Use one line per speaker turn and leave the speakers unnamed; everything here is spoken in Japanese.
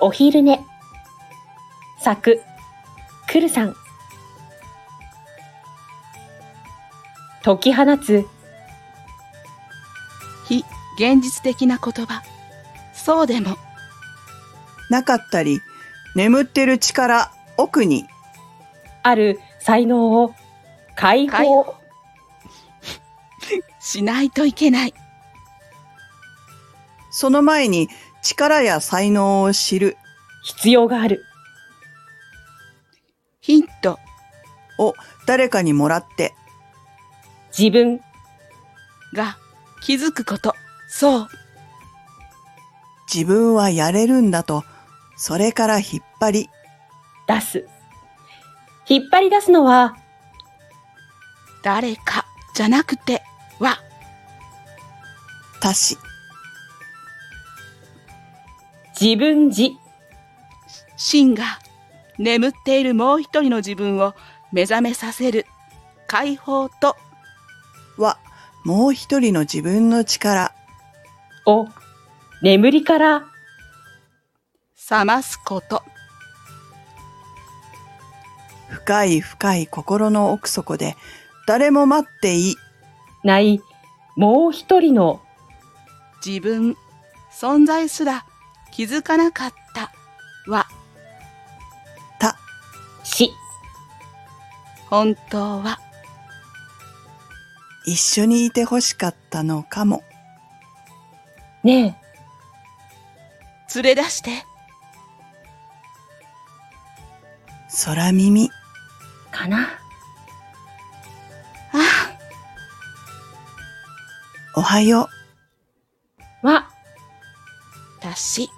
お昼寝。作、くるさん。解き放つ、
非現実的な言葉。そうでも、
なかったり、眠ってる力、奥に、
ある才能を、解
解
放。
しないといけない。
その前に力や才能を知る
必要がある。
ヒント、
を誰かにもらって、
自分、
が、気づくこと。そう、
自分はやれるんだと、それから引っ張り、
出す。引っ張り出すのは、
誰か、じゃなくて、は、
他し、
自分自、
真が、眠っているもう一人の自分を目覚めさせる。解放と、
は、もう一人の自分の力、
を、眠りから、
覚ますこと。
深い深い心の奥底で、誰も待っていい、
ない、もう一人の、
自分、存在すら気づかなかった。は、
死。
本当は、
一緒にいて欲しかったのかも、
ねえ、
連れ出して、
空耳、
かな。
ああ、
おはよう。
は、
私、